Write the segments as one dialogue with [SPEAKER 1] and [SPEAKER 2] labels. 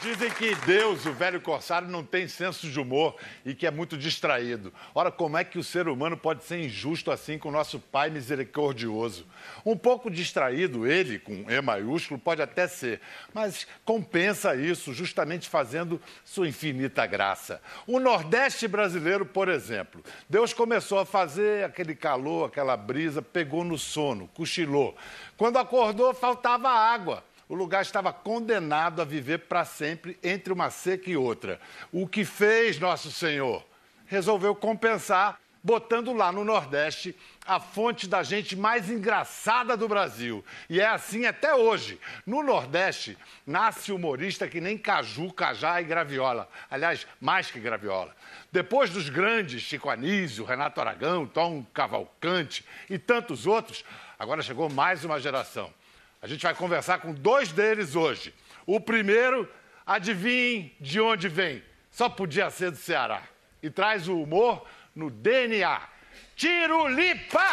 [SPEAKER 1] Dizem que Deus, o velho corsário, não tem senso de humor e que é muito distraído. Ora, como é que o ser humano pode ser injusto assim com o nosso Pai misericordioso? Um pouco distraído, ele, com E maiúsculo, pode até ser, mas compensa isso justamente fazendo sua infinita graça. O Nordeste brasileiro, por exemplo, Deus começou a fazer aquele calor, aquela brisa, pegou no sono, cochilou. Quando acordou, faltava água o lugar estava condenado a viver para sempre entre uma seca e outra. O que fez nosso Senhor? Resolveu compensar botando lá no Nordeste a fonte da gente mais engraçada do Brasil. E é assim até hoje. No Nordeste, nasce humorista que nem caju, cajá e graviola. Aliás, mais que graviola. Depois dos grandes, Chico Anísio, Renato Aragão, Tom Cavalcante e tantos outros, agora chegou mais uma geração. A gente vai conversar com dois deles hoje. O primeiro, adivinhem de onde vem. Só podia ser do Ceará. E traz o humor no DNA. Tirulipa!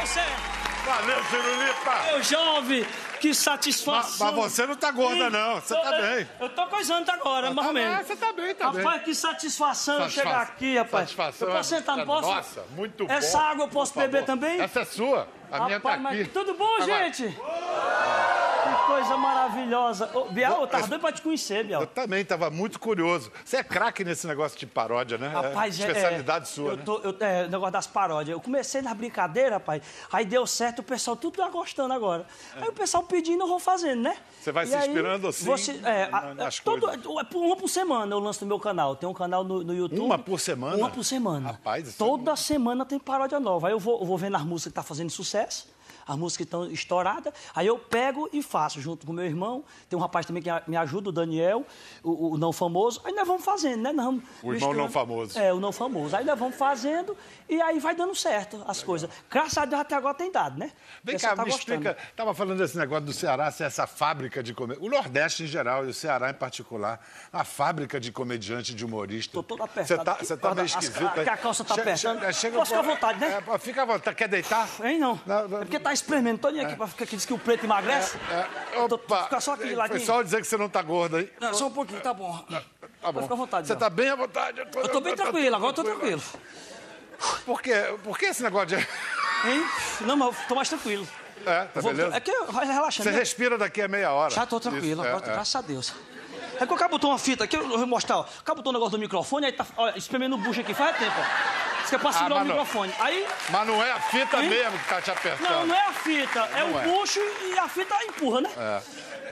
[SPEAKER 2] Eu sei,
[SPEAKER 1] Valeu, Tirulipa!
[SPEAKER 2] meu é um jovem, que
[SPEAKER 1] Mas,
[SPEAKER 2] satisfação.
[SPEAKER 1] mas você não tá gorda, não. Você
[SPEAKER 2] Eu-
[SPEAKER 1] tá
[SPEAKER 2] eu-
[SPEAKER 1] bem.
[SPEAKER 2] Eu tô coisando agora, mais ou menos.
[SPEAKER 1] Você tá bem, tá bem.
[SPEAKER 2] Rapaz, que satisfação eu
[SPEAKER 1] Satisfa-
[SPEAKER 2] chegar aqui, rapaz.
[SPEAKER 1] Satisfação.
[SPEAKER 2] Eu posso
[SPEAKER 1] é-
[SPEAKER 2] sentar, não
[SPEAKER 1] é
[SPEAKER 2] posso?
[SPEAKER 1] Nossa, muito bom.
[SPEAKER 2] Essa água eu posso
[SPEAKER 1] Por
[SPEAKER 2] beber
[SPEAKER 1] favor.
[SPEAKER 2] também?
[SPEAKER 1] Essa é sua. A minha tá
[SPEAKER 2] rapaz,
[SPEAKER 1] aqui.
[SPEAKER 2] mas tudo bom,
[SPEAKER 1] Agora,
[SPEAKER 2] gente? Que coisa maravilhosa. Ô, Biel, eu tava doido pra te conhecer, Biel.
[SPEAKER 1] Eu também tava muito curioso. Você é craque nesse negócio de paródia, né?
[SPEAKER 2] Rapaz, é,
[SPEAKER 1] Especialidade
[SPEAKER 2] é,
[SPEAKER 1] sua,
[SPEAKER 2] eu
[SPEAKER 1] né?
[SPEAKER 2] tô, eu, é, o negócio das paródias. Eu comecei na brincadeira, rapaz. Aí deu certo, o pessoal tudo tá gostando agora. Aí o pessoal pedindo, eu vou fazendo, né?
[SPEAKER 1] É. Você vai
[SPEAKER 2] E
[SPEAKER 1] se
[SPEAKER 2] aí,
[SPEAKER 1] inspirando assim
[SPEAKER 2] Você, é,
[SPEAKER 1] na-
[SPEAKER 2] a-
[SPEAKER 1] nas
[SPEAKER 2] todo,
[SPEAKER 1] coisas.
[SPEAKER 2] é por- uma por semana eu lanço no meu canal. Tem um canal no, no YouTube.
[SPEAKER 1] Uma por semana?
[SPEAKER 2] Uma por semana.
[SPEAKER 1] Rapaz, isso é
[SPEAKER 2] Toda semana tem paródia nova. Aí eu vou, eu vou vendo as músicas que tá fazendo sucesso. As músicas que estão estouradas, aí eu pego e faço junto com meu irmão. Tem um rapaz também que a- me ajuda, o Daniel, o, o não famoso. Aí nós vamos fazendo, né? Nós vamos
[SPEAKER 1] O irmão não
[SPEAKER 2] misturando.
[SPEAKER 1] famoso.
[SPEAKER 2] É, o não famoso. Aí nós vamos fazendo e aí vai dando certo as coisas. Graças a Deus até agora tem dado, né?
[SPEAKER 1] Vem
[SPEAKER 2] O pessoal
[SPEAKER 1] cá,
[SPEAKER 2] tá
[SPEAKER 1] me
[SPEAKER 2] gostando.
[SPEAKER 1] explica. Estava falando desse negócio do Ceará, se essa fábrica de comer. O Nordeste em geral e o Ceará em particular, a fábrica de comediante, de humorista.
[SPEAKER 2] Tô todo apertado.
[SPEAKER 1] Você tá,
[SPEAKER 2] Que
[SPEAKER 1] você tá meio
[SPEAKER 2] corda- as-
[SPEAKER 1] esquisito.
[SPEAKER 2] a-
[SPEAKER 1] aí.
[SPEAKER 2] que a calça tá
[SPEAKER 1] Che-
[SPEAKER 2] apertando.
[SPEAKER 1] chega- chega
[SPEAKER 2] Posso
[SPEAKER 1] pro-
[SPEAKER 2] ficar à vontade, né?
[SPEAKER 1] É, pô, fica à vontade. Quer deitar?
[SPEAKER 2] Hein, não?
[SPEAKER 1] Não, não.
[SPEAKER 2] É porque tá experimentando aqui pra ficar que diz que o preto emagrece.
[SPEAKER 1] É,
[SPEAKER 2] Tô-
[SPEAKER 1] opa.
[SPEAKER 2] Fica só aquele
[SPEAKER 1] Foi
[SPEAKER 2] ladinho.
[SPEAKER 1] só eu dizer que você não tá gorda aí.
[SPEAKER 2] Não, só um pouquinho, tá bom.
[SPEAKER 1] Tá
[SPEAKER 2] Fica à vontade,
[SPEAKER 1] Você
[SPEAKER 2] não.
[SPEAKER 1] tá bem à vontade.
[SPEAKER 2] Eu tô
[SPEAKER 1] Tá
[SPEAKER 2] bem tranquilo, agora eu tô tranquilo.
[SPEAKER 1] Por quê? Por que esse negócio de.
[SPEAKER 2] Hein? Não, mas eu tô mais tranquilo.
[SPEAKER 1] É, tá
[SPEAKER 2] Vou-
[SPEAKER 1] beleza?
[SPEAKER 2] É que eu vai relaxando.
[SPEAKER 1] Você
[SPEAKER 2] né?
[SPEAKER 1] respira daqui a meia hora.
[SPEAKER 2] Já tô tranquilo,
[SPEAKER 1] Isso, é,
[SPEAKER 2] agora, tá
[SPEAKER 1] é.
[SPEAKER 2] graças a Deus. É que o cara botou uma fita aqui, eu vou mostrar, ó. O cara botou um negócio do microfone, aí tá ó, espremendo o bucho aqui, faz tempo, ó. Diz que é pra segurar o
[SPEAKER 1] Ah, mas não.
[SPEAKER 2] microfone. Aí,
[SPEAKER 1] Mas não é a fita
[SPEAKER 2] Hein?
[SPEAKER 1] mesmo que tá te apertando.
[SPEAKER 2] não, não é a fita, é
[SPEAKER 1] Não
[SPEAKER 2] o
[SPEAKER 1] é.
[SPEAKER 2] bucho e a fita empurra, né?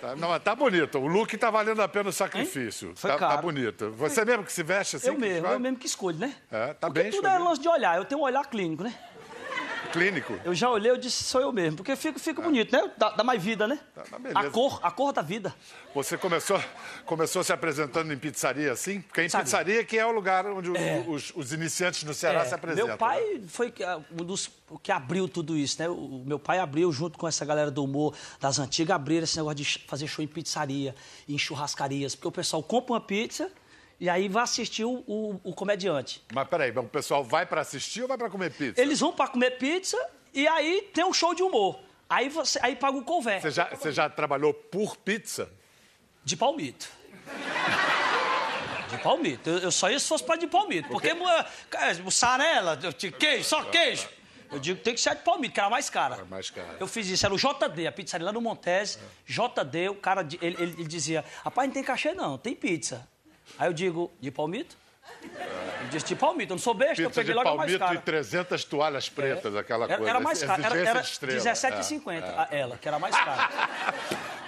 [SPEAKER 1] Tá, não, mas tá bonito. O look tá valendo a pena o sacrifício.
[SPEAKER 2] Hein? Foi
[SPEAKER 1] Tá, tá
[SPEAKER 2] caro.
[SPEAKER 1] bonito. Você mesmo que se veste assim?
[SPEAKER 2] eu
[SPEAKER 1] que
[SPEAKER 2] mesmo,
[SPEAKER 1] vai?
[SPEAKER 2] eu mesmo que escolho, né?
[SPEAKER 1] É, tá
[SPEAKER 2] Porque
[SPEAKER 1] bem
[SPEAKER 2] tudo é
[SPEAKER 1] escolhido.
[SPEAKER 2] lance de olhar, eu tenho um olhar clínico, né?
[SPEAKER 1] Clínico.
[SPEAKER 2] Eu já olhei, eu disse, sou eu mesmo, porque fica, fica bonito, né? Dá, dá mais vida, né?
[SPEAKER 1] É. Tá, tá beleza.
[SPEAKER 2] a cor, a cor da vida.
[SPEAKER 1] Você começou, começou se apresentando em pizzaria assim? Porque em
[SPEAKER 2] Sabe.
[SPEAKER 1] pizzaria que é o lugar onde o- os, os iniciantes no Ceará
[SPEAKER 2] É,
[SPEAKER 1] se né? apresentam.
[SPEAKER 2] Meu pai foi que- um dos o que abriu tudo isso, né? O, o meu pai abriu junto com essa galera do humor das antigas, abriram esse negócio de ch- fazer show em pizzaria, em churrascarias, porque o pessoal compra uma pizza e aí vai assistir o, o- o comediante.
[SPEAKER 1] Mas peraí, mas o pessoal vai pra assistir ou vai pra comer pizza?
[SPEAKER 2] Eles vão pra comer pizza e aí tem um show de humor. Aí você aí paga o convé
[SPEAKER 1] Você, já, você já trabalhou por pizza?
[SPEAKER 2] de palmito. De palmito. Eu, eu só ia se fosse pra de palmito. Porque mo- é, mussarela, eu tinha queijo, só queijo. Eu digo que tem que ser a de palmito, que era a mais cara.
[SPEAKER 1] Era a mais cara.
[SPEAKER 2] Eu fiz isso, era o JD, a pizzaria lá no Montese. JD, o cara, de- ele, ele- ele dizia, rapaz, não tem cachê não, tem pizza. Aí eu digo, de palmito? Ele disse, de palmito, eu não sou besta, eu
[SPEAKER 1] Pizza
[SPEAKER 2] peguei
[SPEAKER 1] de
[SPEAKER 2] logo a mais
[SPEAKER 1] palmito
[SPEAKER 2] cara. É.
[SPEAKER 1] e 300 toalhas pretas, aquela
[SPEAKER 2] Era,
[SPEAKER 1] coisa. assim,
[SPEAKER 2] era mais cara, era,
[SPEAKER 1] Exigência
[SPEAKER 2] era
[SPEAKER 1] de estrela. É.
[SPEAKER 2] 17,50 a ela, que era a mais cara.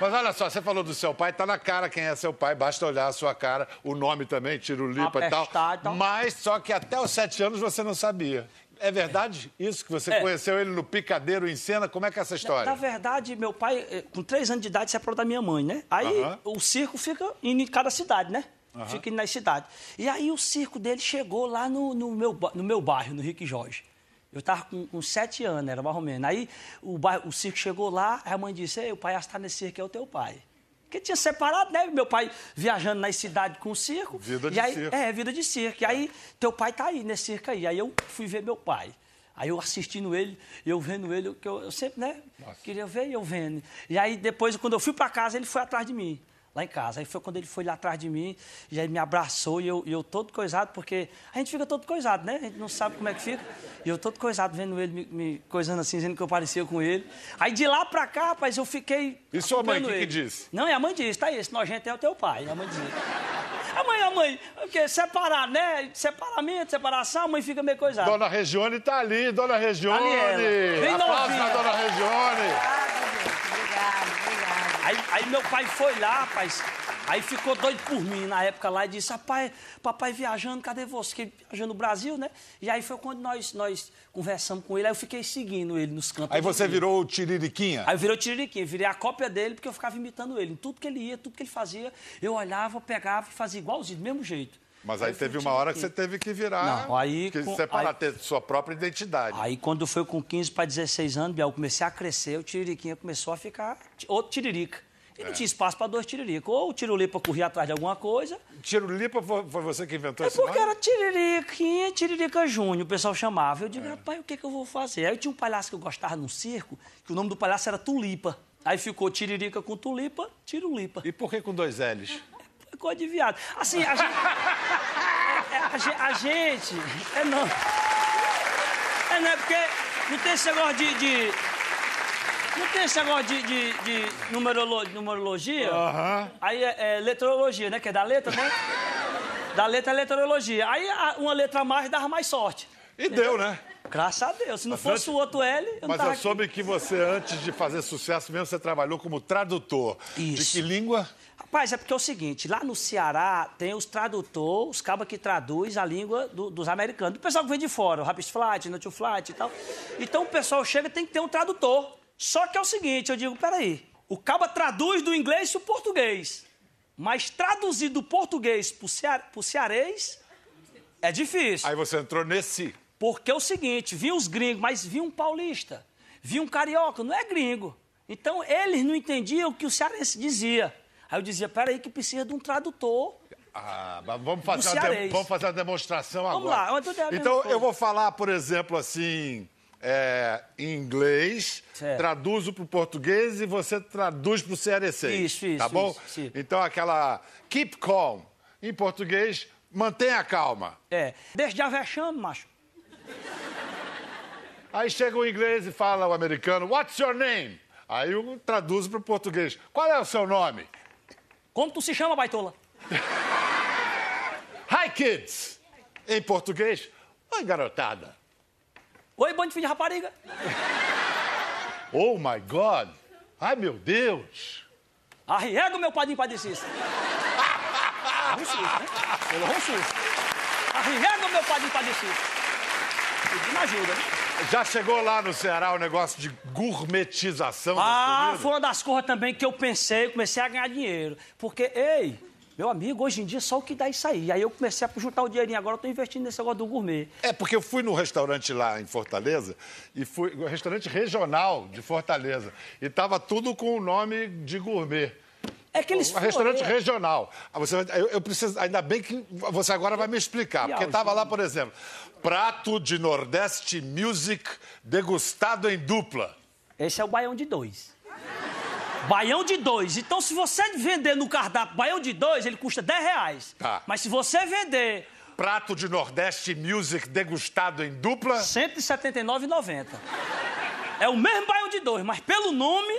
[SPEAKER 1] Mas olha só, você falou do seu pai, tá na cara quem é seu pai, basta olhar a sua cara, o nome também, tirulipa e tal.
[SPEAKER 2] Apestar e tal.
[SPEAKER 1] Mas só que até os sete anos você não sabia. É verdade isso? Que você
[SPEAKER 2] É.
[SPEAKER 1] conheceu ele no Picadeiro em cena? Como é que é essa história?
[SPEAKER 2] Na verdade, meu pai, eh, com três anos de idade, se separou da minha mãe, né? Aí
[SPEAKER 1] Aham.
[SPEAKER 2] o circo fica indo em cada cidade, né? Fica indo nas cidades. E aí o circo dele chegou lá no, no meu, ba- no meu bairro, no Rick Jorge. Eu tava com uns sete anos, era mais ou menos. Aí o, bairro- o circo chegou lá, aí a mãe disse, Ei, o palhaço tá nesse circo, é o teu pai. Porque tinha separado, né? Meu pai viajando na cidade com o circo.
[SPEAKER 1] Vida
[SPEAKER 2] e
[SPEAKER 1] de
[SPEAKER 2] aí-
[SPEAKER 1] circo.
[SPEAKER 2] É, vida de circo. E aí, teu pai tá aí nesse circo aí. Aí eu fui ver meu pai. Aí eu assistindo ele, eu vendo ele, que eu, eu sempre, né? Queria ver e eu vendo. E aí depois, quando eu fui pra casa, ele foi atrás de mim, lá em casa. Aí foi quando ele foi lá atrás de mim, e aí me abraçou e eu, e eu todo coisado, porque a gente fica todo coisado, né? A gente não sabe como é que fica. E eu todo coisado vendo ele, me, me coisando assim, dizendo que eu parecia com ele. Aí de lá pra cá, rapaz, eu fiquei.
[SPEAKER 1] E sua mãe,
[SPEAKER 2] acompanhando
[SPEAKER 1] que que
[SPEAKER 2] ele.
[SPEAKER 1] disse?
[SPEAKER 2] Não, e a mãe diz, tá aí, esse nojento é o teu pai. A mãe diz. A mãe, a mãe, porque separar, né? Separamento, separação, a mãe fica meio coisada.
[SPEAKER 1] Dona Regione tá ali, Dona Regione.
[SPEAKER 2] Ali ela. Bem
[SPEAKER 1] Aplausos
[SPEAKER 2] novinha.
[SPEAKER 1] pra Dona Regione.
[SPEAKER 3] Obrigado, obrigado.
[SPEAKER 2] Aí, aí meu pai foi lá, rapaz. Aí ficou doido por mim na época lá e disse: Rapaz, papai viajando, cadê você? Que ele viajando no Brasil, né? E aí foi quando nós, nós conversamos com ele, aí eu fiquei seguindo ele nos cantos.
[SPEAKER 1] Aí você virou o Tiririquinha?
[SPEAKER 2] Aí eu virei o Tiririquinha, virei a cópia dele, porque eu ficava imitando ele. Em tudo que ele ia, tudo que ele fazia, eu olhava, pegava e fazia igualzinho, do mesmo jeito.
[SPEAKER 1] Mas aí
[SPEAKER 2] eu fui
[SPEAKER 1] teve
[SPEAKER 2] o
[SPEAKER 1] uma hora que você
[SPEAKER 2] Tiririquinha.
[SPEAKER 1] teve que virar.
[SPEAKER 2] Não, aí
[SPEAKER 1] Que
[SPEAKER 2] com-
[SPEAKER 1] separar,
[SPEAKER 2] aí-
[SPEAKER 1] ter sua própria identidade.
[SPEAKER 2] Aí quando foi com 15 para 16 anos, Biel, eu comecei a crescer, o tiririquinha começou a ficar ti- outro tiririca. E não tinha espaço para dois tiriricas. Ou o tirulipa corria atrás de alguma coisa,
[SPEAKER 1] Tirolipa foi foi você que inventou
[SPEAKER 2] é
[SPEAKER 1] esse nome?
[SPEAKER 2] porque era tiririquinha, tiririca júnior, o pessoal chamava. Eu digo, rapaz, o que, que eu vou fazer? Aí tinha um palhaço que eu gostava num circo, que o nome do palhaço era Tulipa. Aí ficou tiririca com tulipa, tirulipa.
[SPEAKER 1] E por que com dois L's?
[SPEAKER 2] É coisa de viado. Assim, a gente. É, a gen- a gente. É não. É não, é porque não tem esse negócio de. de- não tem esse negócio de, de, de numerolo- numerologia.
[SPEAKER 1] Aham.
[SPEAKER 2] Aí é, é letrologia, né? Que é da letra, né? Da letra é letrologia. Aí a- uma letra a mais dava mais sorte.
[SPEAKER 1] E deu, né?
[SPEAKER 2] Graças a Deus. Se não
[SPEAKER 1] Mas antes-
[SPEAKER 2] fosse o outro L, eu não
[SPEAKER 1] Mas
[SPEAKER 2] tava
[SPEAKER 1] eu
[SPEAKER 2] aqui.
[SPEAKER 1] soube que você, antes de fazer sucesso mesmo, você trabalhou como tradutor. De
[SPEAKER 2] Isso.
[SPEAKER 1] que língua?
[SPEAKER 2] Rapaz, é porque é o seguinte, lá no Ceará tem os tradutores, os cabas que traduz a língua do- dos americanos. Do pessoal que vem de fora, o Rapid Flat, Native Flat e tal. Então o pessoal chega e tem que ter um tradutor. Só que é o seguinte, eu digo, peraí, o caba traduz do inglês para o português. Mas traduzir do português para o cearês é difícil.
[SPEAKER 1] Aí você entrou nesse.
[SPEAKER 2] Porque é o seguinte, vi os gringos, mas vi um paulista, vi um carioca, não é gringo. Então eles não entendiam o que o cearense dizia. Aí eu dizia, peraí que precisa de um tradutor.
[SPEAKER 1] Ah, mas vamos fazer,
[SPEAKER 2] No
[SPEAKER 1] uma, de-
[SPEAKER 2] cearês.
[SPEAKER 1] vamos fazer uma demonstração
[SPEAKER 2] Vamos
[SPEAKER 1] agora.
[SPEAKER 2] lá, eu vou dar a
[SPEAKER 1] então,
[SPEAKER 2] mesma
[SPEAKER 1] eu
[SPEAKER 2] coisa.
[SPEAKER 1] vou falar, por exemplo, assim, é, em inglês,
[SPEAKER 2] Certo.
[SPEAKER 1] traduzo para o português e você traduz para o cearense.
[SPEAKER 2] Isso, isso,
[SPEAKER 1] Tá bom?
[SPEAKER 2] isso, sim.
[SPEAKER 1] Então, aquela keep calm. Em português, mantenha a calma.
[SPEAKER 2] É, deixa de avexame, macho.
[SPEAKER 1] Aí chega o inglês e fala o americano, what's your name? Aí eu traduzo para o português, qual é o seu nome?
[SPEAKER 2] Como tu se chama, baitola?
[SPEAKER 1] Hi, kids! Em português, oi, garotada.
[SPEAKER 2] Oi, bando de filho de rapariga.
[SPEAKER 1] Oh, my God! Ai, meu Deus!
[SPEAKER 2] Arriega o meu padrinho padecista. Ele susto, né? Ele errou um susto. Arriega o meu padrinho padecista. Pedindo ajuda, né?
[SPEAKER 1] Já chegou lá no Ceará o negócio de gourmetização das
[SPEAKER 2] Ah,
[SPEAKER 1] comidas?
[SPEAKER 2] foi uma das coisas também que eu pensei, comecei a ganhar dinheiro. Porque, ei, meu amigo, hoje em dia só o que dá é isso aí. Aí eu comecei a juntar o dinheirinho, agora eu tô investindo nesse negócio do gourmet.
[SPEAKER 1] É, porque eu fui num restaurante lá em Fortaleza, e fui, um restaurante regional de Fortaleza, e tava tudo com o nome de gourmet.
[SPEAKER 2] É que eles
[SPEAKER 1] Um restaurante
[SPEAKER 2] foram-
[SPEAKER 1] regional. Ah, você vai- eu, eu preciso, ainda bem que você agora vai me explicar, porque estava lá, por exemplo, prato de Nordeste Music degustado em dupla.
[SPEAKER 2] Esse é o baião de dois. Baião de dois. Então, se você vender no cardápio baião de dois, ele custa 10 reais.
[SPEAKER 1] Tá.
[SPEAKER 2] Mas se você vender
[SPEAKER 1] Prato de Nordeste Music degustado em dupla.
[SPEAKER 2] 179,90. É o mesmo baião de dois, mas pelo nome,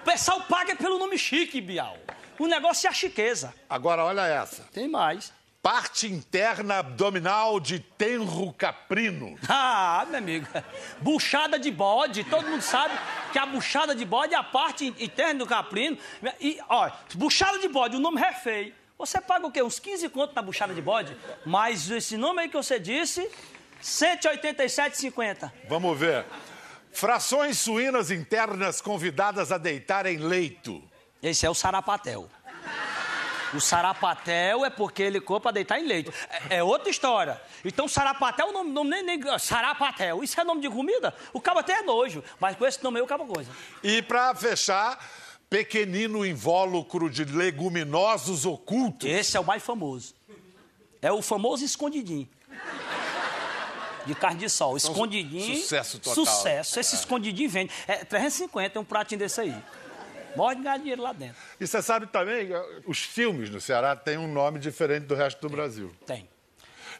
[SPEAKER 2] o pessoal paga pelo nome chique, Bial. O negócio é a chiqueza.
[SPEAKER 1] Agora olha essa.
[SPEAKER 2] Tem mais.
[SPEAKER 1] Parte interna abdominal de tenro caprino.
[SPEAKER 2] Ah, meu amigo. Buchada de bode. Todo mundo sabe que a buchada de bode é a parte interna do caprino. E, ó, buchada de bode, o nome é feio. Você paga o quê? Uns 15 conto na buchada de bode? Mas esse nome aí que você disse, R$ 187,50.
[SPEAKER 1] Vamos ver. Frações suínas internas convidadas a deitar em leito.
[SPEAKER 2] Esse é o sarapatel. O sarapatel é porque ele compra pra deitar em leite. É, é outra história. Então, sarapatel, o nome, nome nem, nem. Sarapatel, isso é nome de comida? O cabo até é nojo, mas com esse nome aí o cabo é coisa.
[SPEAKER 1] E para fechar, Pequenino invólucro de leguminosos ocultos.
[SPEAKER 2] Esse é o mais famoso. É o famoso escondidinho. De carne de sol. Escondidinho.
[SPEAKER 1] Então, sucesso total.
[SPEAKER 2] Sucesso. Esse escondidinho vende. É 350, é um pratinho desse aí. Morre de ganhar dinheiro lá dentro.
[SPEAKER 1] E você sabe também, eh, os filmes no Ceará têm um nome diferente do resto do Brasil.
[SPEAKER 2] Tem.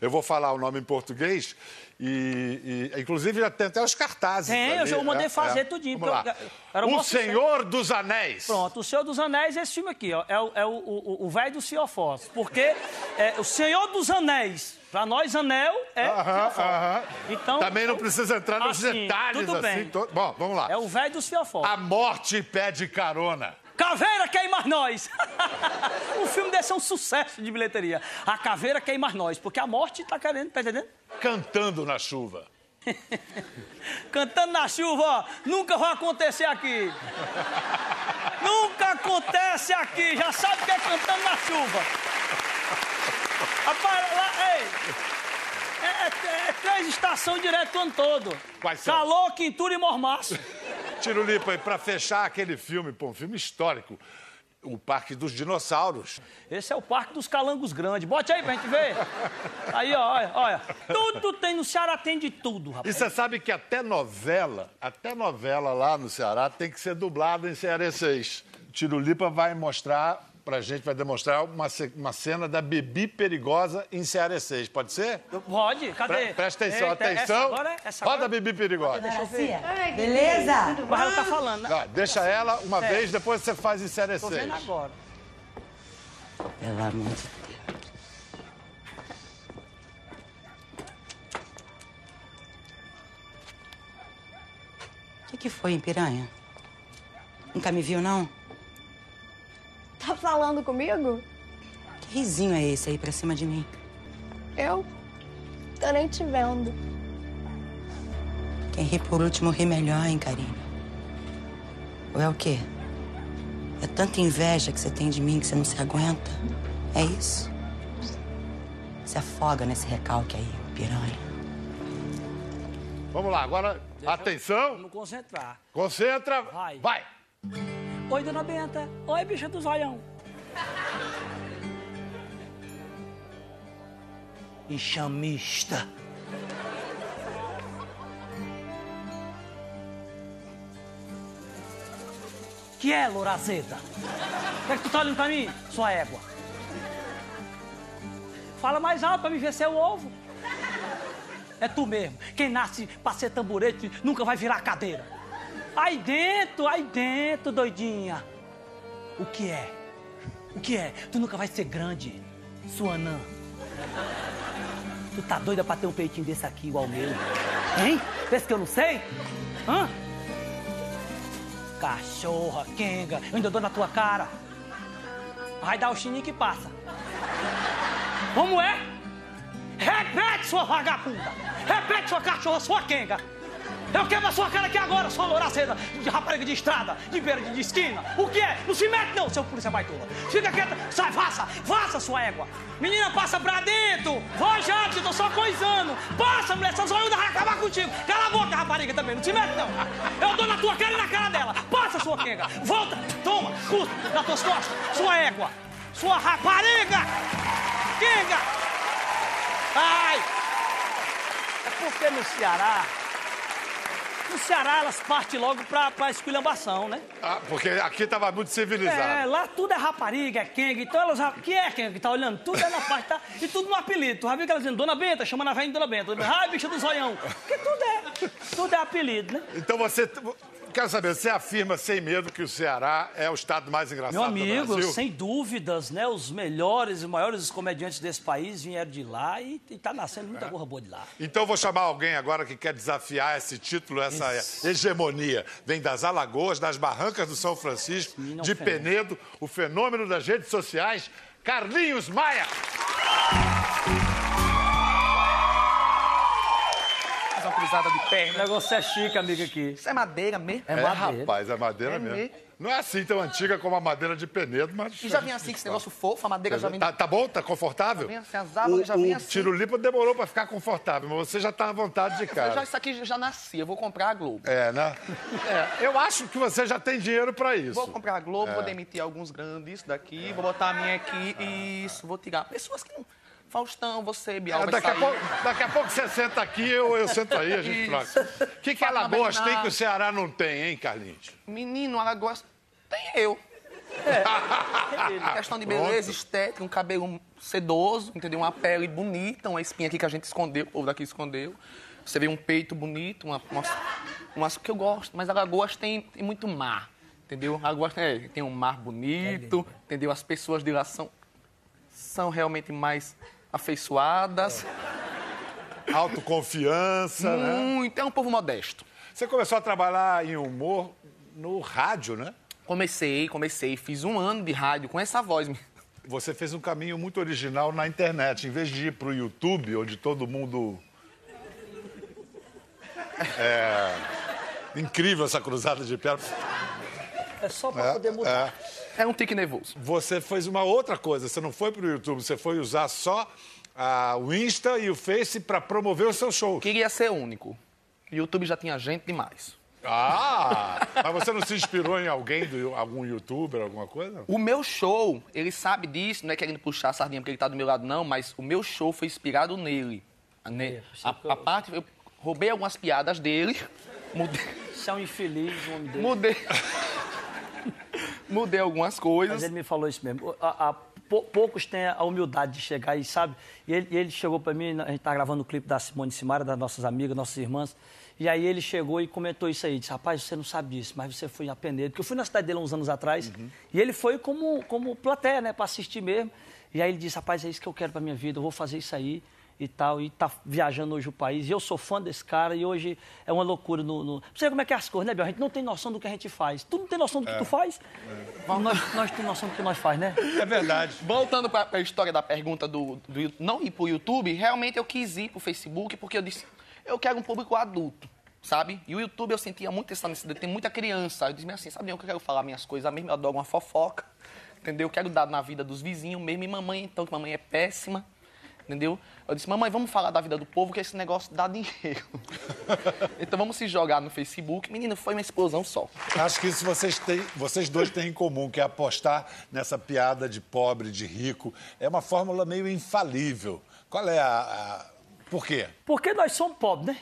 [SPEAKER 1] Eu vou falar o nome em português e, e- inclusive, já tem até os cartazes.
[SPEAKER 2] Tem, eu
[SPEAKER 1] ali. né? É.
[SPEAKER 2] já mandei fazer tudinho,
[SPEAKER 1] Vamos
[SPEAKER 2] porque
[SPEAKER 1] lá.
[SPEAKER 2] eu- era o
[SPEAKER 1] o
[SPEAKER 2] maior sucesso.
[SPEAKER 1] Senhor dos Anéis.
[SPEAKER 2] Pronto, O Senhor dos Anéis é esse filme aqui, ó. É, o- é o- o o velho do Ciofós. Porque é, o Senhor dos Anéis, pra nós, anel é
[SPEAKER 1] Aham,
[SPEAKER 2] Ciofós.
[SPEAKER 1] aham.
[SPEAKER 2] Então,
[SPEAKER 1] Também não precisa entrar nos
[SPEAKER 2] assim,
[SPEAKER 1] detalhes
[SPEAKER 2] tudo
[SPEAKER 1] assim.
[SPEAKER 2] bem.
[SPEAKER 1] to- Bom, vamos lá.
[SPEAKER 2] é o velho do Ciofós.
[SPEAKER 1] A morte pede carona.
[SPEAKER 2] Caveira quer ir mais nós! o filme desse é um sucesso de bilheteria. A caveira quer ir mais nós, porque a morte tá querendo, tá entendendo?
[SPEAKER 1] Cantando na chuva.
[SPEAKER 2] Cantando na chuva, ó, nunca vai acontecer aqui. nunca acontece aqui, já sabe o que é cantando na chuva. Rapaz, lá, ei, é, é- é três estações direto o ano todo.
[SPEAKER 1] Quais são?
[SPEAKER 2] Calor, quintura e mormaço.
[SPEAKER 1] Tirulipa, e pra fechar aquele filme, pô, um filme histórico, O Parque dos Dinossauros.
[SPEAKER 2] Esse é o Parque dos Calangos Grandes. Bote aí pra gente ver. Aí, ó, olha, olha. Tudo tem, no Ceará tem de tudo, rapaz.
[SPEAKER 1] E você sabe que até novela, até novela lá no Ceará tem que ser dublada em cearenseis. Tirulipa vai mostrar pra gente, vai demonstrar uma, ce- uma cena da Bebi Perigosa em cearenseis. Pode ser?
[SPEAKER 2] Pode? Cadê?
[SPEAKER 1] Pre- presta atenção,
[SPEAKER 2] Eita, Essa
[SPEAKER 1] atenção.
[SPEAKER 2] agora, essa
[SPEAKER 1] Roda a
[SPEAKER 2] agora...
[SPEAKER 1] Bebi Perigosa.
[SPEAKER 3] Garcia,
[SPEAKER 4] Ai, que
[SPEAKER 3] beleza?
[SPEAKER 4] tudo
[SPEAKER 2] Mas ela tá falando, né?
[SPEAKER 1] Ó, deixa ela uma
[SPEAKER 2] Certo.
[SPEAKER 1] vez, depois você faz em
[SPEAKER 2] Tô
[SPEAKER 1] cearenseis.
[SPEAKER 2] vendo agora.
[SPEAKER 5] Pelo amor de Deus. O que, que foi, hein, piranha? Nunca me viu, não?
[SPEAKER 4] Tá falando comigo?
[SPEAKER 5] Que risinho é esse aí pra cima de mim?
[SPEAKER 4] Eu? Tô nem te vendo.
[SPEAKER 5] Quem ri por último ri melhor, hein, Karina? Ou é o quê? É tanta inveja que você tem de mim que você não se aguenta? É isso? Se afoga nesse recalque aí, piranha.
[SPEAKER 1] Vamos lá, agora, atenção,
[SPEAKER 2] Vamos concentrar.
[SPEAKER 1] concentra,
[SPEAKER 2] Vai.
[SPEAKER 1] vai.
[SPEAKER 2] Oi, dona Benta. Oi, bicha dos olhão. Enxamista. Que é, Lorazeta? O que é que tu tá olhando pra mim, sua égua? Fala mais alto pra me ver se é o ovo. É tu mesmo. Quem nasce pra ser tamborete nunca vai virar cadeira. Aí dentro, aí dentro, doidinha. O que é? O que é? Tu nunca vai ser grande, sua anã. Tu tá doida pra ter um peitinho desse aqui igual o meu? Hein? Pensa que eu não sei? Hã? Cachorra, quenga, eu ainda dou na tua cara. Vai dar o chininho que passa. Como é? Repete, sua vagabunda! Repete, sua cachorra, sua quenga! Eu quebro a sua cara aqui agora, sua louracena, de rapariga de estrada, de beira de, de esquina. O que é? Não se mete não, seu polícia baitola. Fica quieta, sai, vaza, vaza, sua égua. Menina, passa pra dentro. Vó já, que eu tô só coisando. Passa, mulher, essa zoiuda vai acabar contigo. Cala a boca, rapariga, também, não se mete não. Eu dou na tua cara e na cara dela. Passa, sua quenga. Volta, toma, curta, nas tuas costas, sua égua. Sua rapariga! Quenga! Ai! É porque no Ceará. No Ceará elas partem logo pra, pra esculhambação, né?
[SPEAKER 1] Ah, porque aqui tava muito
[SPEAKER 2] É,
[SPEAKER 1] civilizado.
[SPEAKER 2] lá tudo é rapariga, é Kenga, então elas. já- Que é Kenga que tá olhando? Tudo é na parte, tá? E tudo no apelido. Tu já viu que elas dizendo Dona Benta, chamando a velha de Dona Benta. Ai, bicha do zoião. Porque tudo é. Tudo é apelido, né?
[SPEAKER 1] Então você... Quero saber, você afirma sem medo que o Ceará é o estado mais engraçado
[SPEAKER 2] Meu
[SPEAKER 1] do
[SPEAKER 2] amigo,
[SPEAKER 1] Brasil?
[SPEAKER 2] sem dúvidas, né? Os melhores e maiores comediantes desse país vieram de lá e, e tá nascendo muita gorra boa de lá.
[SPEAKER 1] Então eu vou chamar alguém agora que quer desafiar esse título, essa hegemonia. Vem das Alagoas, das Barrancas do São Francisco,
[SPEAKER 2] Menino é um
[SPEAKER 1] de
[SPEAKER 2] fenômeno.
[SPEAKER 1] Penedo, o fenômeno das redes sociais, Carlinhos Maia.
[SPEAKER 6] Mas uma cruzada de
[SPEAKER 2] O
[SPEAKER 6] perna.
[SPEAKER 2] negócio é chique, amiga, aqui.
[SPEAKER 6] Isso é madeira mesmo?
[SPEAKER 2] É
[SPEAKER 1] É,
[SPEAKER 2] madeira.
[SPEAKER 1] rapaz, é madeira
[SPEAKER 6] É
[SPEAKER 1] mesmo.
[SPEAKER 6] mesmo.
[SPEAKER 1] Não é assim tão antiga como a madeira de Penedo, mas.
[SPEAKER 6] E já vem assim, que esse negócio fofo, a madeira já vem...
[SPEAKER 1] Tá, tá bom? Tá confortável?
[SPEAKER 6] Vem assim, as árvores já
[SPEAKER 1] o
[SPEAKER 6] vem
[SPEAKER 1] o
[SPEAKER 6] assim.
[SPEAKER 1] Tirulipa demorou pra ficar confortável, mas você já tá à vontade de
[SPEAKER 6] Eu já,
[SPEAKER 1] cara.
[SPEAKER 6] isso aqui já nasci, eu vou comprar a Globo.
[SPEAKER 1] É, né? É, eu acho que você já tem dinheiro pra isso. É.
[SPEAKER 6] Vou comprar a Globo, vou demitir alguns grandes daqui, vou botar a minha
[SPEAKER 1] Ah.
[SPEAKER 6] aqui, isso, vou tirar. Pessoas que não... Faustão, você,
[SPEAKER 1] Ah,
[SPEAKER 6] Bial, vai
[SPEAKER 1] daqui, a
[SPEAKER 6] sair.
[SPEAKER 1] pouco, daqui a pouco você senta aqui, eu, eu sento aí, a gente
[SPEAKER 6] Isso.
[SPEAKER 1] troca. O que, que
[SPEAKER 6] Fala,
[SPEAKER 1] Alagoas
[SPEAKER 6] Bernardo.
[SPEAKER 1] tem que o Ceará não tem, hein, Carlinhos?
[SPEAKER 6] Menino, Alagoas, tem eu. É. questão de beleza, estética, um cabelo sedoso, entendeu? Uma pele bonita, uma espinha aqui que a gente escondeu, o povo daqui escondeu. Você vê um peito bonito, uma, umas, umas que eu gosto, mas Alagoas tem, tem muito mar, entendeu? Alagoas tem, é, tem um mar bonito, entendeu? As pessoas de lá são, são realmente mais afeiçoadas.
[SPEAKER 1] Autoconfiança, né?
[SPEAKER 6] Muito, é um povo modesto.
[SPEAKER 1] Você começou a trabalhar em humor no rádio, né?
[SPEAKER 6] Comecei, comecei, fiz um ano de rádio com essa voz.
[SPEAKER 1] Você fez um caminho muito original na internet. Em vez de ir pro YouTube, onde todo mundo. É. Incrível essa cruzada de pernas.
[SPEAKER 2] É só pra poder mudar.
[SPEAKER 6] É um tique nervoso.
[SPEAKER 1] Você fez uma outra coisa. Você não foi pro YouTube, você foi usar só ah, o Insta e o Face pra promover o seu show.
[SPEAKER 6] Queria ser único. YouTube já tinha gente demais.
[SPEAKER 1] Ah! Mas você não se inspirou em alguém, do, algum youtuber, alguma coisa?
[SPEAKER 6] O meu show, ele sabe disso, não é querendo puxar a sardinha porque ele tá do meu lado, não, mas o meu show foi inspirado nele. né? A, a parte. Eu roubei algumas piadas dele, mudei.
[SPEAKER 2] Você é um infeliz, um homem dele.
[SPEAKER 6] Mudei, mudei algumas
[SPEAKER 2] Mas
[SPEAKER 6] coisas.
[SPEAKER 2] ele me falou isso mesmo. A- a- pou- poucos têm a humildade de chegar e sabe. E ele, e ele chegou pra mim, a gente tá gravando o clipe da Simone Simara, das nossas amigas, nossas irmãs. E aí ele chegou e comentou isso aí. Disse, rapaz, você não sabe disso, mas você foi a Penedo. Porque eu fui na cidade dele há uns anos atrás. E ele foi como, como plateia, né? Pra assistir mesmo. E aí ele disse, rapaz, é isso que eu quero pra minha vida, eu vou fazer isso aí. E tal, e tá viajando hoje o país. E eu sou fã desse cara, e hoje é uma loucura. No, no... Você vê como é que é as coisas, né, Biel? A gente não tem noção do que a gente faz. Tu não tem noção do que tu faz? Nós, nós temos noção do que nós faz, né?
[SPEAKER 1] É verdade.
[SPEAKER 6] Voltando pra, pra história da pergunta do, do Yu- não ir pro YouTube, realmente eu quis ir pro Facebook porque eu disse, eu quero um público adulto, sabe? E o YouTube eu sentia muito essa necessidade, tem muita criança. Eu disse assim, sabe, eu quero falar minhas coisas mesmo, eu adoro uma fofoca, entendeu? Eu quero dar na vida dos vizinhos mesmo, e mamãe então, que mamãe é péssima, entendeu? Eu disse, mamãe, vamos falar da vida do povo, que esse negócio dá dinheiro. então vamos se jogar no Facebook. Menino, foi uma explosão só.
[SPEAKER 1] Acho que isso vocês, têm, vocês dois têm em comum, que é apostar nessa piada de pobre, de rico. É uma fórmula meio infalível. Qual é a. a- Por quê?
[SPEAKER 2] Porque nós somos pobres, né?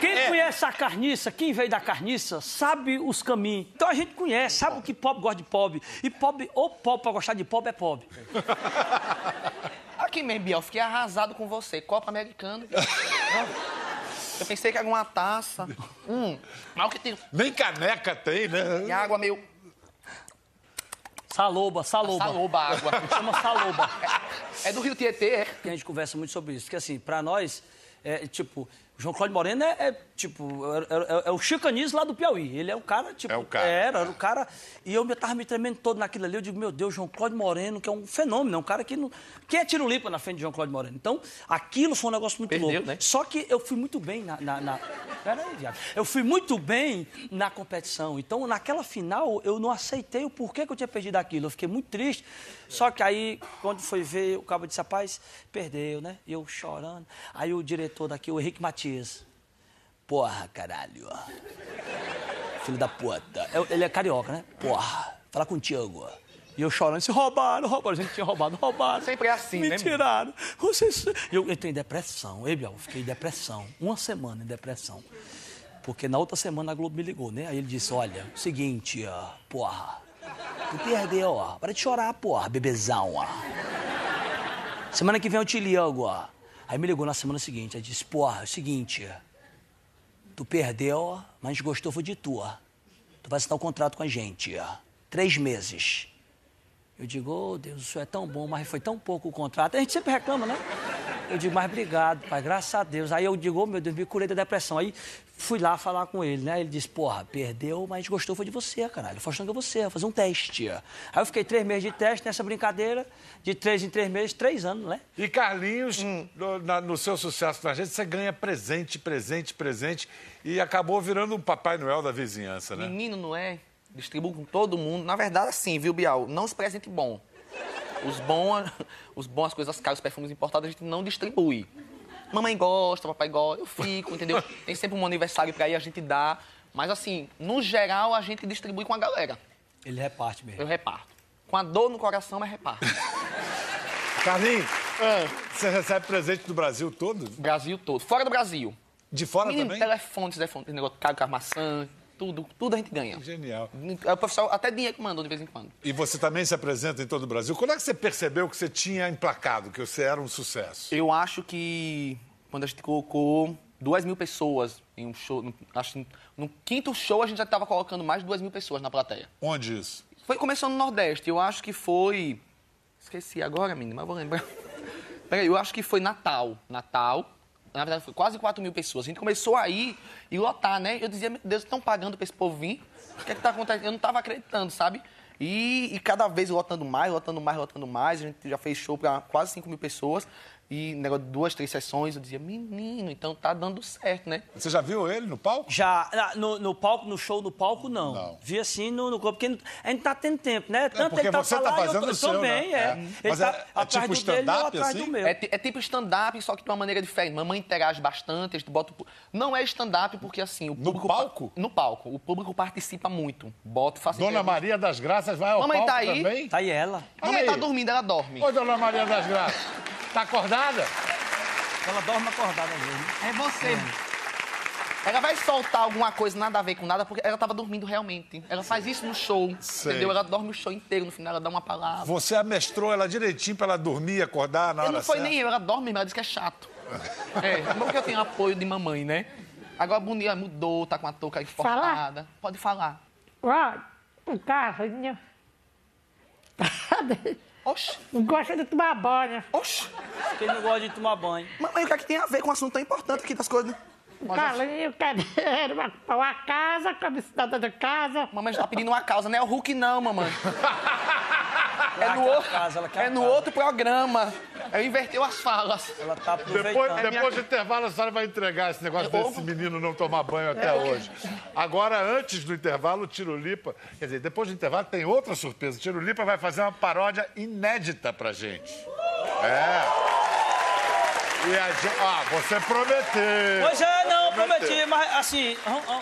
[SPEAKER 2] Quem
[SPEAKER 1] É.
[SPEAKER 2] conhece a carniça, quem veio da carniça, sabe os caminhos. Então a gente conhece, sabe o que pobre gosta de pobre. E pobre, ou pobre pra gostar de pobre é pobre.
[SPEAKER 6] Aqui, meu Biel, fiquei arrasado com você. Copa Americana. Eu pensei que era uma taça. Hum, mas o que tem?
[SPEAKER 1] Nem caneca tem, né?
[SPEAKER 6] E a água meio...
[SPEAKER 2] Saloba, saloba.
[SPEAKER 6] Saloba a água.
[SPEAKER 2] Chama saloba.
[SPEAKER 6] É do Rio Tietê, é?
[SPEAKER 2] que a gente conversa muito sobre isso. Que assim, pra nós, é, tipo, João Cláudio Moreno é, é, tipo, é, é- é o chicanismo lá do Piauí. Ele é o cara, tipo,
[SPEAKER 1] É o cara.
[SPEAKER 2] era, era o cara. E eu me- tava me tremendo todo naquilo ali. Eu digo, meu Deus, João Cláudio Moreno, que é um fenômeno, é um cara que não. Quem é tirulipa na frente de João Cláudio Moreno? Então, aquilo foi um negócio muito
[SPEAKER 6] Perdeu,
[SPEAKER 2] louco.
[SPEAKER 6] né?
[SPEAKER 2] Só que eu fui muito bem na. na, na... Peraí, viado. Eu fui muito bem na competição. Então, naquela final, eu não aceitei o porquê que eu tinha perdido aquilo. Eu fiquei muito triste. Só que aí, quando foi ver, o cabo disse, rapaz, perdeu, né? E eu chorando. Aí o diretor daqui, o Henrique Matias. Porra, caralho. Filho da puta. Eu- Ele é carioca, né? Porra. Fala com o Tiago. E eu chorando, disse, roubaram, roubaram. A gente tinha roubado, roubaram.
[SPEAKER 6] Sempre é assim,
[SPEAKER 2] Me
[SPEAKER 6] né, menino?
[SPEAKER 2] tiraram. Vocês... Eu entrei em depressão. Ei, Biel, eu fiquei em depressão. Uma semana em depressão. Porque na outra semana a Globo me ligou, né? Aí ele disse, olha, seguinte, ó, porra. Tu perdeu, ó. Para de chorar, porra, bebezão, ó. Semana que vem eu te ligo, ó. Aí me ligou na semana seguinte, aí disse, porra, é o seguinte, tu perdeu, mas gostou foi de tu, ó. Tu vai assinar um contrato com a gente, ó. Três meses. Eu digo, ô Deus, isso é tão bom, mas foi tão pouco o contrato. A gente sempre reclama, né? Eu digo, mas obrigado, pai, graças a Deus. Aí eu digo, ô meu Deus, me curei da depressão. Aí Fui lá falar com ele, né? Ele disse, porra, perdeu, mas a gente gostou foi de você, caralho. Faustão que é você, vou fazer um teste. Aí eu fiquei três meses de teste nessa brincadeira, de três em três meses, três anos, né?
[SPEAKER 1] E Carlinhos, no, na- no seu sucesso na gente, você ganha presente, presente, presente. E acabou virando um Papai Noel da vizinhança, né?
[SPEAKER 6] Menino, não é? Distribuo com todo mundo. Na verdade, assim, viu, Bial? Não os presente bom. Os bons, os bons, as coisas caras, os perfumes importados, a gente não distribui. Mamãe gosta, papai gosta, eu fico, entendeu? Tem sempre um aniversário pra ir, a gente dá. Mas assim, no geral, a gente distribui com a galera.
[SPEAKER 2] Ele reparte mesmo.
[SPEAKER 6] Eu reparto. Com a dor no coração, mas reparto.
[SPEAKER 1] Carlinhos,
[SPEAKER 6] É.
[SPEAKER 1] você recebe presente do Brasil todo?
[SPEAKER 6] Brasil todo. Fora do Brasil.
[SPEAKER 1] De fora
[SPEAKER 6] Menino,
[SPEAKER 1] também?
[SPEAKER 6] telefone, telefone, negócio caro, com a maçã, tudo, tudo a gente ganha.
[SPEAKER 1] Genial.
[SPEAKER 6] É, O professor até dinheiro que mandou de vez em quando.
[SPEAKER 1] E você também se apresenta em todo o Brasil. Quando é que você percebeu que você tinha emplacado, que você era um sucesso?
[SPEAKER 6] Eu acho que quando a gente colocou duas mil pessoas em um show, no, acho que no quinto show a gente já estava colocando mais de duas mil pessoas na plateia.
[SPEAKER 1] Onde isso?
[SPEAKER 6] Foi começando no Nordeste, eu acho que foi. Esqueci agora, menino, mas vou lembrar. Peraí, eu acho que foi Natal. Natal. Na verdade, foi quase 4 mil pessoas. A gente começou aí e lotar, né? Eu dizia, meu Deus, estão pagando pra esse povo vir? O que é que tá acontecendo? Eu não tava acreditando, sabe? E, e cada vez lotando mais, lotando mais, lotando mais. A gente já fez show pra quase 5 mil pessoas. E negócio de duas, três sessões, eu dizia, menino, então tá dando certo, né?
[SPEAKER 1] Você já viu ele no palco?
[SPEAKER 2] Já, na- no, no palco, no show, no palco, não.
[SPEAKER 1] Não.
[SPEAKER 2] Vi assim no, no corpo, porque não- a gente tá tendo tempo, né? Tanto
[SPEAKER 1] porque
[SPEAKER 2] ele tá
[SPEAKER 1] você
[SPEAKER 2] pra
[SPEAKER 1] tá
[SPEAKER 2] lá, eu tô-
[SPEAKER 1] fazendo
[SPEAKER 2] eu
[SPEAKER 1] o seu,
[SPEAKER 2] tô bem,
[SPEAKER 1] né? É.
[SPEAKER 2] é. Ele
[SPEAKER 1] Mas
[SPEAKER 2] tá
[SPEAKER 1] é- é
[SPEAKER 2] atrás
[SPEAKER 1] tipo
[SPEAKER 2] do dele, eu
[SPEAKER 1] stand-up,
[SPEAKER 2] atrás
[SPEAKER 1] assim?
[SPEAKER 2] do meu.
[SPEAKER 6] É, ti- é tipo stand-up, só que de uma maneira diferente. Mamãe interage bastante, a gente bota o pu- Não é stand-up, porque assim, o público. pa-
[SPEAKER 1] palco?
[SPEAKER 6] No palco. O público participa muito. Bota, faça
[SPEAKER 1] Dona
[SPEAKER 6] entrevista.
[SPEAKER 1] Maria das Graças vai ao
[SPEAKER 6] Mamãe
[SPEAKER 1] palco
[SPEAKER 6] tá aí?
[SPEAKER 1] também?
[SPEAKER 2] Tá aí ela.
[SPEAKER 6] Mamãe tá
[SPEAKER 1] Aí.
[SPEAKER 6] dormindo, ela dorme.
[SPEAKER 1] Oi, Dona Maria das Graças. Tá acordada?
[SPEAKER 2] Ela dorme acordada mesmo.
[SPEAKER 6] É você. Ela vai soltar alguma coisa nada a ver com nada, porque ela tava dormindo realmente. Ela faz isso no show,
[SPEAKER 1] Sei.
[SPEAKER 6] entendeu? Ela dorme o show inteiro, no final ela dá uma palavra.
[SPEAKER 1] Você amestrou ela direitinho pra ela dormir e acordar na
[SPEAKER 6] Eu
[SPEAKER 1] hora
[SPEAKER 6] não foi
[SPEAKER 1] certa?
[SPEAKER 6] nem eu, ela dorme mesmo, ela diz que é chato. É, porque eu tenho apoio de mamãe, né? Agora bonita, mudou, tá com a touca enforcada. Pode falar.
[SPEAKER 7] Ó, o carrinho.
[SPEAKER 6] Oxe,
[SPEAKER 7] Não gosta de tomar banho.
[SPEAKER 6] oxe.
[SPEAKER 2] Porque ele não gosta de tomar banho.
[SPEAKER 6] Mamãe, o que é que tem a ver com um assunto tão importante aqui das coisas? né?
[SPEAKER 7] O Um carrinho quer dinheiro pra comprar uma casa, como cidadã de casa.
[SPEAKER 6] Mamãe já tá pedindo uma causa, não é o Hulk não, mamãe. É
[SPEAKER 2] Ela
[SPEAKER 6] no,
[SPEAKER 2] quer a
[SPEAKER 6] outro-
[SPEAKER 2] casa, ela quer
[SPEAKER 6] é
[SPEAKER 2] a
[SPEAKER 6] no
[SPEAKER 2] casa.
[SPEAKER 6] outro programa. Eu inverteu as falas.
[SPEAKER 2] Ela tá aproveitando.
[SPEAKER 1] Depois, depois do intervalo, a senhora vai entregar esse negócio
[SPEAKER 6] Eu-
[SPEAKER 1] desse menino não tomar banho até hoje. Agora, antes do intervalo, o Tirolipa. Quer dizer, depois do intervalo tem outra surpresa. O Tirolipa vai fazer uma paródia inédita pra gente. É. E a gente. Ah, você prometeu.
[SPEAKER 2] Pois é, não, prometi, mas assim. hum, hum,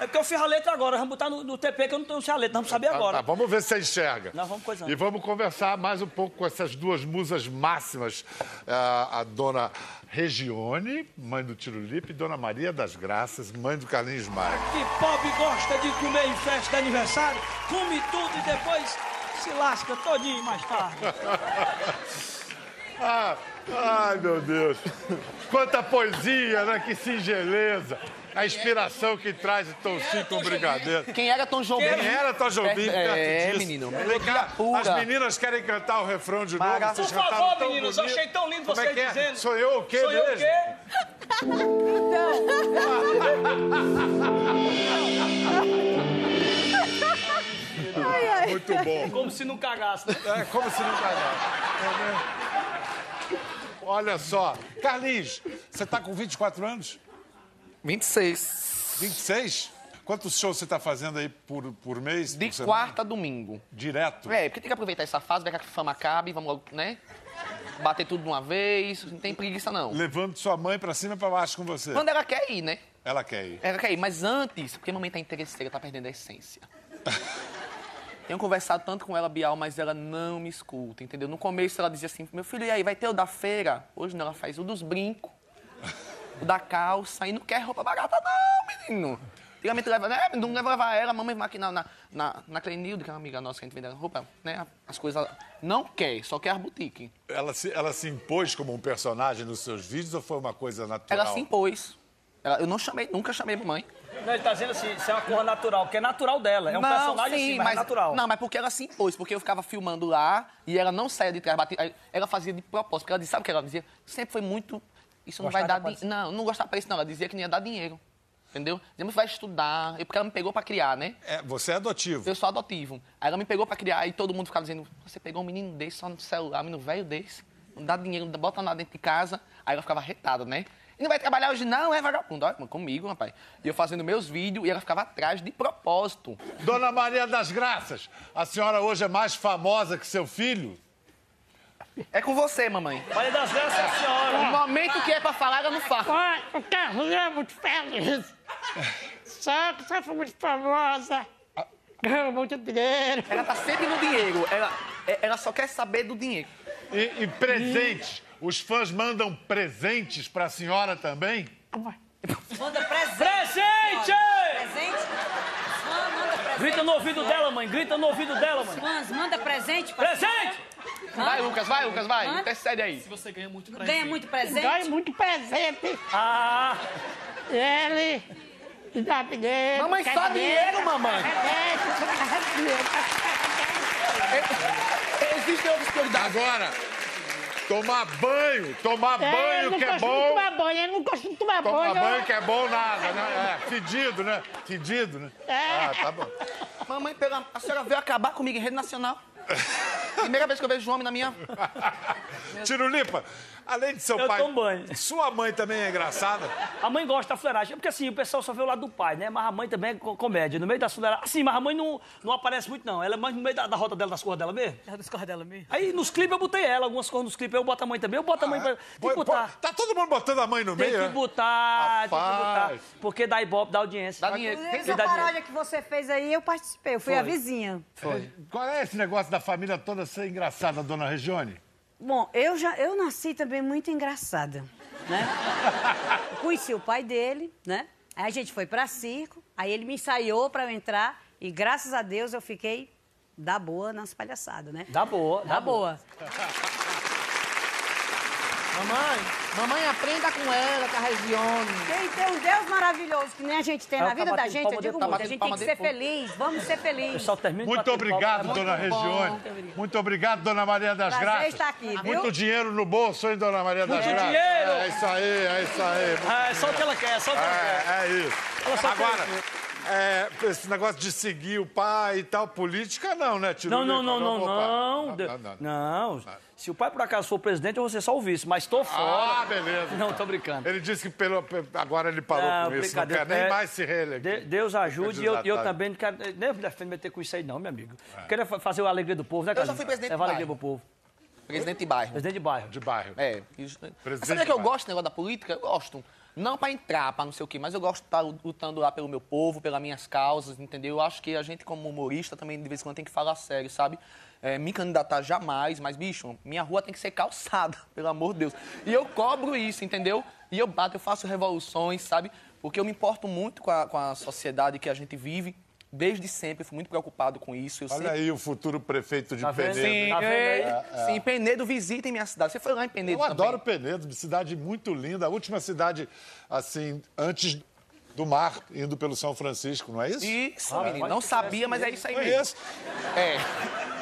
[SPEAKER 2] É porque eu fiz a letra agora, vamos botar no, no TP que eu não, não sei a letra, vamos saber
[SPEAKER 1] Tá, tá,
[SPEAKER 2] agora.
[SPEAKER 1] vamos ver se você enxerga.
[SPEAKER 2] Nós vamos coisando.
[SPEAKER 1] E vamos conversar mais um pouco com essas duas musas máximas, ah, a dona Regione, mãe do Tirulipe, e dona Maria das Graças, mãe do Carlinhos Maia.
[SPEAKER 2] Que pobre gosta de comer em festa de aniversário, come tudo e depois se lasca todinho mais tarde.
[SPEAKER 1] Ah, ai, meu Deus. Quanta poesia, né? Que singeleza. A inspiração que traz o Tom Sim com o Brigadeiro.
[SPEAKER 6] Quem era Tom Jobim?
[SPEAKER 1] Quem era
[SPEAKER 8] tá
[SPEAKER 1] Tom Jobim
[SPEAKER 6] É,
[SPEAKER 1] perto
[SPEAKER 6] é,
[SPEAKER 1] disso?
[SPEAKER 6] menino,
[SPEAKER 1] Vem
[SPEAKER 6] melodia
[SPEAKER 1] cá,
[SPEAKER 6] pura.
[SPEAKER 1] As meninas querem cantar o refrão de novo.
[SPEAKER 6] Maravilha.
[SPEAKER 1] Vocês
[SPEAKER 2] Por favor,
[SPEAKER 1] cantaram tão
[SPEAKER 2] meninos,
[SPEAKER 1] bonito.
[SPEAKER 2] achei tão lindo
[SPEAKER 1] Como é
[SPEAKER 2] vocês
[SPEAKER 1] que é?
[SPEAKER 2] dizendo.
[SPEAKER 1] Sou eu o quê
[SPEAKER 2] Sou
[SPEAKER 1] mesmo?
[SPEAKER 2] eu o quê?
[SPEAKER 6] Então.
[SPEAKER 1] Muito bom.
[SPEAKER 2] Como se não cagasse. né?
[SPEAKER 1] É como se não cagasse. Olha só. Carlinhos, você tá com 24 anos?
[SPEAKER 6] 26.
[SPEAKER 1] 26? Quantos shows você tá fazendo aí por, por mês?
[SPEAKER 6] De
[SPEAKER 1] por semana?
[SPEAKER 6] quarta a domingo.
[SPEAKER 1] Direto?
[SPEAKER 6] É, porque tem que aproveitar essa fase, ver que a fama acabe, vamos logo, né? Bater tudo de uma vez, não tem preguiça não.
[SPEAKER 1] Levando sua mãe pra cima e pra baixo com você.
[SPEAKER 6] Quando ela quer ir, né?
[SPEAKER 1] Ela quer ir.
[SPEAKER 6] Ela quer ir, mas antes, porque mamãe tá interesseira, tá perdendo a essência. Tenho conversado tanto com ela, Bial, mas ela não me escuta, entendeu? No começo ela dizia assim, meu filho, e aí, vai ter o da feira? Hoje não, ela faz o dos brincos, o da calça, e não quer roupa barata não, menino. Antigamente leva, né? Não leva levar ela, mamãe vai aqui na, na, na, na Clenilde, que é uma amiga nossa que a gente vende roupa, né? As coisas, ela não quer, só quer as boutiques.
[SPEAKER 1] Ela se, ela se impôs como um personagem nos seus vídeos ou foi uma coisa natural?
[SPEAKER 6] Ela se impôs. Ela- eu não chamei, nunca chamei mamãe.
[SPEAKER 2] Não, ele tá dizendo assim, isso é uma coisa natural, porque é natural dela. É um personagem assim, mas, é natural.
[SPEAKER 6] Não, mas porque ela se impôs, porque eu ficava filmando lá e ela não saía de trás. batia- aí ela fazia de propósito, porque ela dizia, sabe o que ela dizia? Sempre foi muito. Isso não
[SPEAKER 2] Gostar
[SPEAKER 6] vai
[SPEAKER 2] da
[SPEAKER 6] dar. Di...
[SPEAKER 2] coisa.
[SPEAKER 6] Não, não gostava pra isso, não. Ela dizia que não ia dar dinheiro. Entendeu? Dizemos vai estudar. E porque ela me pegou pra criar, né?
[SPEAKER 1] É, você é adotivo.
[SPEAKER 6] Eu sou adotivo. Aí ela me pegou pra criar e todo mundo ficava dizendo: você pegou um menino desse, só no celular, um menino velho desse, não dá dinheiro, não bota nada dentro de casa. Aí ela ficava retada, né? E não vai trabalhar hoje, não, é vagabundo. Olha, comigo, rapaz. E eu fazendo meus vídeos e ela ficava atrás de propósito.
[SPEAKER 8] Dona Maria das Graças, a senhora hoje é mais famosa que seu filho?
[SPEAKER 6] É com você, mamãe.
[SPEAKER 2] Olha das graças, senhora.
[SPEAKER 6] O momento que é pra falar, ela não fala.
[SPEAKER 7] Olha, o Carlinhos é muito feliz. Só que só foi muito famosa. Ganhou muito dinheiro.
[SPEAKER 6] Ela tá sempre no dinheiro. Ela, é- ela só quer saber do dinheiro.
[SPEAKER 8] E, e presentes? Os fãs mandam presentes pra senhora também?
[SPEAKER 7] é?
[SPEAKER 9] Manda presente!
[SPEAKER 2] Presente!
[SPEAKER 9] senhora. Presente? Fã, manda presente.
[SPEAKER 2] Grita no ouvido dela, mãe. Grita no ouvido dela, mãe.
[SPEAKER 9] Fãs, manda presente pra
[SPEAKER 2] Presente!
[SPEAKER 6] Vai, um Lucas, vai, Lucas, vai.
[SPEAKER 9] Hã?
[SPEAKER 6] Intercede aí.
[SPEAKER 9] senhora. Ganha muito presente.
[SPEAKER 7] Ganha muito presente.
[SPEAKER 2] Ah,
[SPEAKER 7] Ele te dá dinheiro. É,
[SPEAKER 6] Mamãe,
[SPEAKER 7] quer
[SPEAKER 6] só dinheiro, mamãe.
[SPEAKER 7] Presente, dinheiro.
[SPEAKER 6] Existem outras prioridades.
[SPEAKER 8] Agora, tomar banho, tomar
[SPEAKER 7] É, eu
[SPEAKER 8] banho
[SPEAKER 7] não
[SPEAKER 8] que é
[SPEAKER 7] costumo
[SPEAKER 8] bom.
[SPEAKER 7] tomar banho, eu não costumo tomar
[SPEAKER 8] Tomar
[SPEAKER 7] banho.
[SPEAKER 8] banho que é bom nada, né? É, fedido, né? Fedido, né?
[SPEAKER 7] É.
[SPEAKER 8] Ah, tá bom.
[SPEAKER 6] Mamãe, pela... a senhora veio acabar comigo em rede nacional. Primeira vez que eu vejo um homem na minha.
[SPEAKER 1] Tirulipa, além de seu
[SPEAKER 2] Eu
[SPEAKER 1] pai.
[SPEAKER 2] tomo banho.
[SPEAKER 1] Sua mãe também é engraçada.
[SPEAKER 2] a mãe gosta da fuleiragem. É porque assim, o pessoal só vê o lado do pai, né? Mas a mãe também é co- comédia. No meio da fuleiragem. Assim, mas a mãe não, não aparece muito, não. Ela é mais no meio da, da rota dela, das cores dela mesmo.
[SPEAKER 5] Ela discorda É, dela mesmo.
[SPEAKER 2] Aí nos clipes eu botei ela, algumas cores nos clipes. Eu boto a mãe também, eu boto a
[SPEAKER 8] Ah,
[SPEAKER 2] mãe
[SPEAKER 8] é.
[SPEAKER 2] pra. Tem
[SPEAKER 6] Tipo,
[SPEAKER 1] Põe-
[SPEAKER 2] que botar.
[SPEAKER 1] põe- Tá todo mundo botando a mãe no
[SPEAKER 2] Tem
[SPEAKER 1] meio?
[SPEAKER 2] que
[SPEAKER 1] né?
[SPEAKER 2] botar, tem que botar.
[SPEAKER 8] Rapaz.
[SPEAKER 2] Porque dá ibope, dá audiência.
[SPEAKER 6] Dá dinheiro.
[SPEAKER 5] Essa
[SPEAKER 2] dá dinheiro.
[SPEAKER 5] paródia que você fez aí, eu participei. Eu fui a vizinha.
[SPEAKER 8] Qual é esse negócio da família toda ser engraçada, dona Regione?
[SPEAKER 5] Bom, eu já eu nasci também muito engraçada, né? Conheci o pai dele, né? Aí a gente foi pra circo, aí ele me ensaiou pra eu entrar e graças a Deus eu fiquei da boa nas palhaçadas, né?
[SPEAKER 2] Dá boa, dá,
[SPEAKER 5] Da
[SPEAKER 2] boa.
[SPEAKER 5] boa.
[SPEAKER 6] Mamãe, mamãe, aprenda com ela, com a Regione.
[SPEAKER 5] Quem tem um Deus maravilhoso que nem a gente tem
[SPEAKER 2] Ela
[SPEAKER 5] na
[SPEAKER 2] tá
[SPEAKER 5] vida da
[SPEAKER 2] batendo
[SPEAKER 5] gente,
[SPEAKER 2] palma
[SPEAKER 5] eu
[SPEAKER 2] de-
[SPEAKER 5] digo
[SPEAKER 2] tá
[SPEAKER 5] muito, a
[SPEAKER 6] batendo
[SPEAKER 5] gente tem
[SPEAKER 6] palma
[SPEAKER 5] que
[SPEAKER 6] de
[SPEAKER 5] ser
[SPEAKER 6] fogo.
[SPEAKER 5] feliz, vamos ser
[SPEAKER 2] O
[SPEAKER 5] felizes.
[SPEAKER 2] pessoal termina de
[SPEAKER 8] Muito
[SPEAKER 2] bater
[SPEAKER 8] obrigado,
[SPEAKER 2] palma. tá
[SPEAKER 8] dona Regione. Muito obrigado, dona Maria das
[SPEAKER 5] Prazer
[SPEAKER 8] Graças.
[SPEAKER 5] estar aqui, viu?
[SPEAKER 8] Muito dinheiro no bolso, hein, dona Maria das
[SPEAKER 2] Muito
[SPEAKER 8] Graças?
[SPEAKER 2] dinheiro!
[SPEAKER 8] É isso aí, é isso aí.
[SPEAKER 2] Ah, é só o que ela quer, é só o que ela quer.
[SPEAKER 8] É, é isso.
[SPEAKER 2] só
[SPEAKER 8] Agora, é, esse negócio de seguir o pai e tal, política não, né, Tio
[SPEAKER 2] Não, não, não, não, não.
[SPEAKER 8] não, não, não.
[SPEAKER 2] Não. Se o pai por acaso for presidente, eu vou ser só o vice, mas tô
[SPEAKER 8] Ah,
[SPEAKER 2] fora.
[SPEAKER 8] beleza.
[SPEAKER 2] Não, tô brincando.
[SPEAKER 8] Ele disse que pelo, pe- agora ele parou
[SPEAKER 2] Não,
[SPEAKER 8] com isso, não
[SPEAKER 2] brincadeira.
[SPEAKER 8] quer nem
[SPEAKER 2] É,
[SPEAKER 8] mais se reeleger.
[SPEAKER 2] De- Deus ajude, e eu, e eu
[SPEAKER 8] Candidatar.
[SPEAKER 2] também não quero. eh, Nem me defendo meter com isso aí, não, meu amigo.
[SPEAKER 8] É.
[SPEAKER 2] Eu Quero fa- fazer a alegria do povo, né, cara?
[SPEAKER 6] já fui presidente
[SPEAKER 2] Levar
[SPEAKER 6] do
[SPEAKER 2] alegria pro povo.
[SPEAKER 6] Presidente de bairro.
[SPEAKER 2] Presidente de bairro.
[SPEAKER 8] De bairro.
[SPEAKER 6] É. isso-
[SPEAKER 8] Presidente
[SPEAKER 6] Sabe que eu
[SPEAKER 8] vai.
[SPEAKER 6] gosto do negócio da política? Eu gosto. Não pra entrar, pra não sei o quê, mas eu gosto de estar lutando lá pelo meu povo, pelas minhas causas, entendeu? Eu acho que a gente, como humorista, também de vez em quando tem que falar sério, sabe? É, me candidatar jamais, mas, bicho, minha rua tem que ser calçada, pelo amor de Deus. E eu cobro isso, entendeu? E eu bato, eu faço revoluções, sabe? Porque eu me importo muito com a, com a sociedade que a gente vive. Desde sempre, eu fui muito preocupado com isso. Eu
[SPEAKER 8] Olha
[SPEAKER 6] sempre-
[SPEAKER 8] aí o futuro prefeito de
[SPEAKER 2] Tá vendo?
[SPEAKER 8] Penedo.
[SPEAKER 2] Sim.
[SPEAKER 6] Sim,
[SPEAKER 2] Tá vendo
[SPEAKER 6] é,
[SPEAKER 2] aí?
[SPEAKER 6] sim, Penedo, visitem minha cidade. Você foi lá em Penedo
[SPEAKER 8] Eu
[SPEAKER 6] também?
[SPEAKER 8] adoro Penedo, cidade muito linda. A última cidade, assim, antes do mar, indo pelo São Francisco, não é isso?
[SPEAKER 6] Isso, menino. Não sabia, mas é isso aí
[SPEAKER 8] Não é
[SPEAKER 6] mesmo.
[SPEAKER 8] isso?
[SPEAKER 6] É.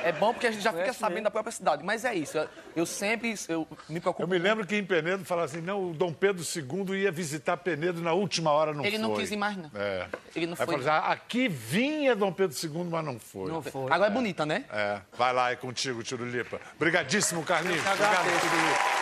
[SPEAKER 6] É bom porque a gente já fica
[SPEAKER 2] Conhece
[SPEAKER 6] sabendo
[SPEAKER 2] mesmo.
[SPEAKER 6] da própria cidade. Mas é isso. Eu, eu sempre eu me preocupo.
[SPEAKER 8] Eu me lembro que em Penedo falava assim, não, o Dom Pedro II ia visitar Penedo na última hora, não
[SPEAKER 6] Ele
[SPEAKER 8] foi.
[SPEAKER 6] não quis ir mais, não.
[SPEAKER 8] É.
[SPEAKER 6] Ele não
[SPEAKER 8] Aí
[SPEAKER 6] foi.
[SPEAKER 8] falava assim, "Ah, aqui vinha Dom Pedro II, mas não foi.
[SPEAKER 2] Não foi.
[SPEAKER 6] Agora é bonita, né?
[SPEAKER 8] É, vai lá, é contigo, Tirulipa. Obrigadíssimo, Carlinhos. Obrigado, Tirulipa.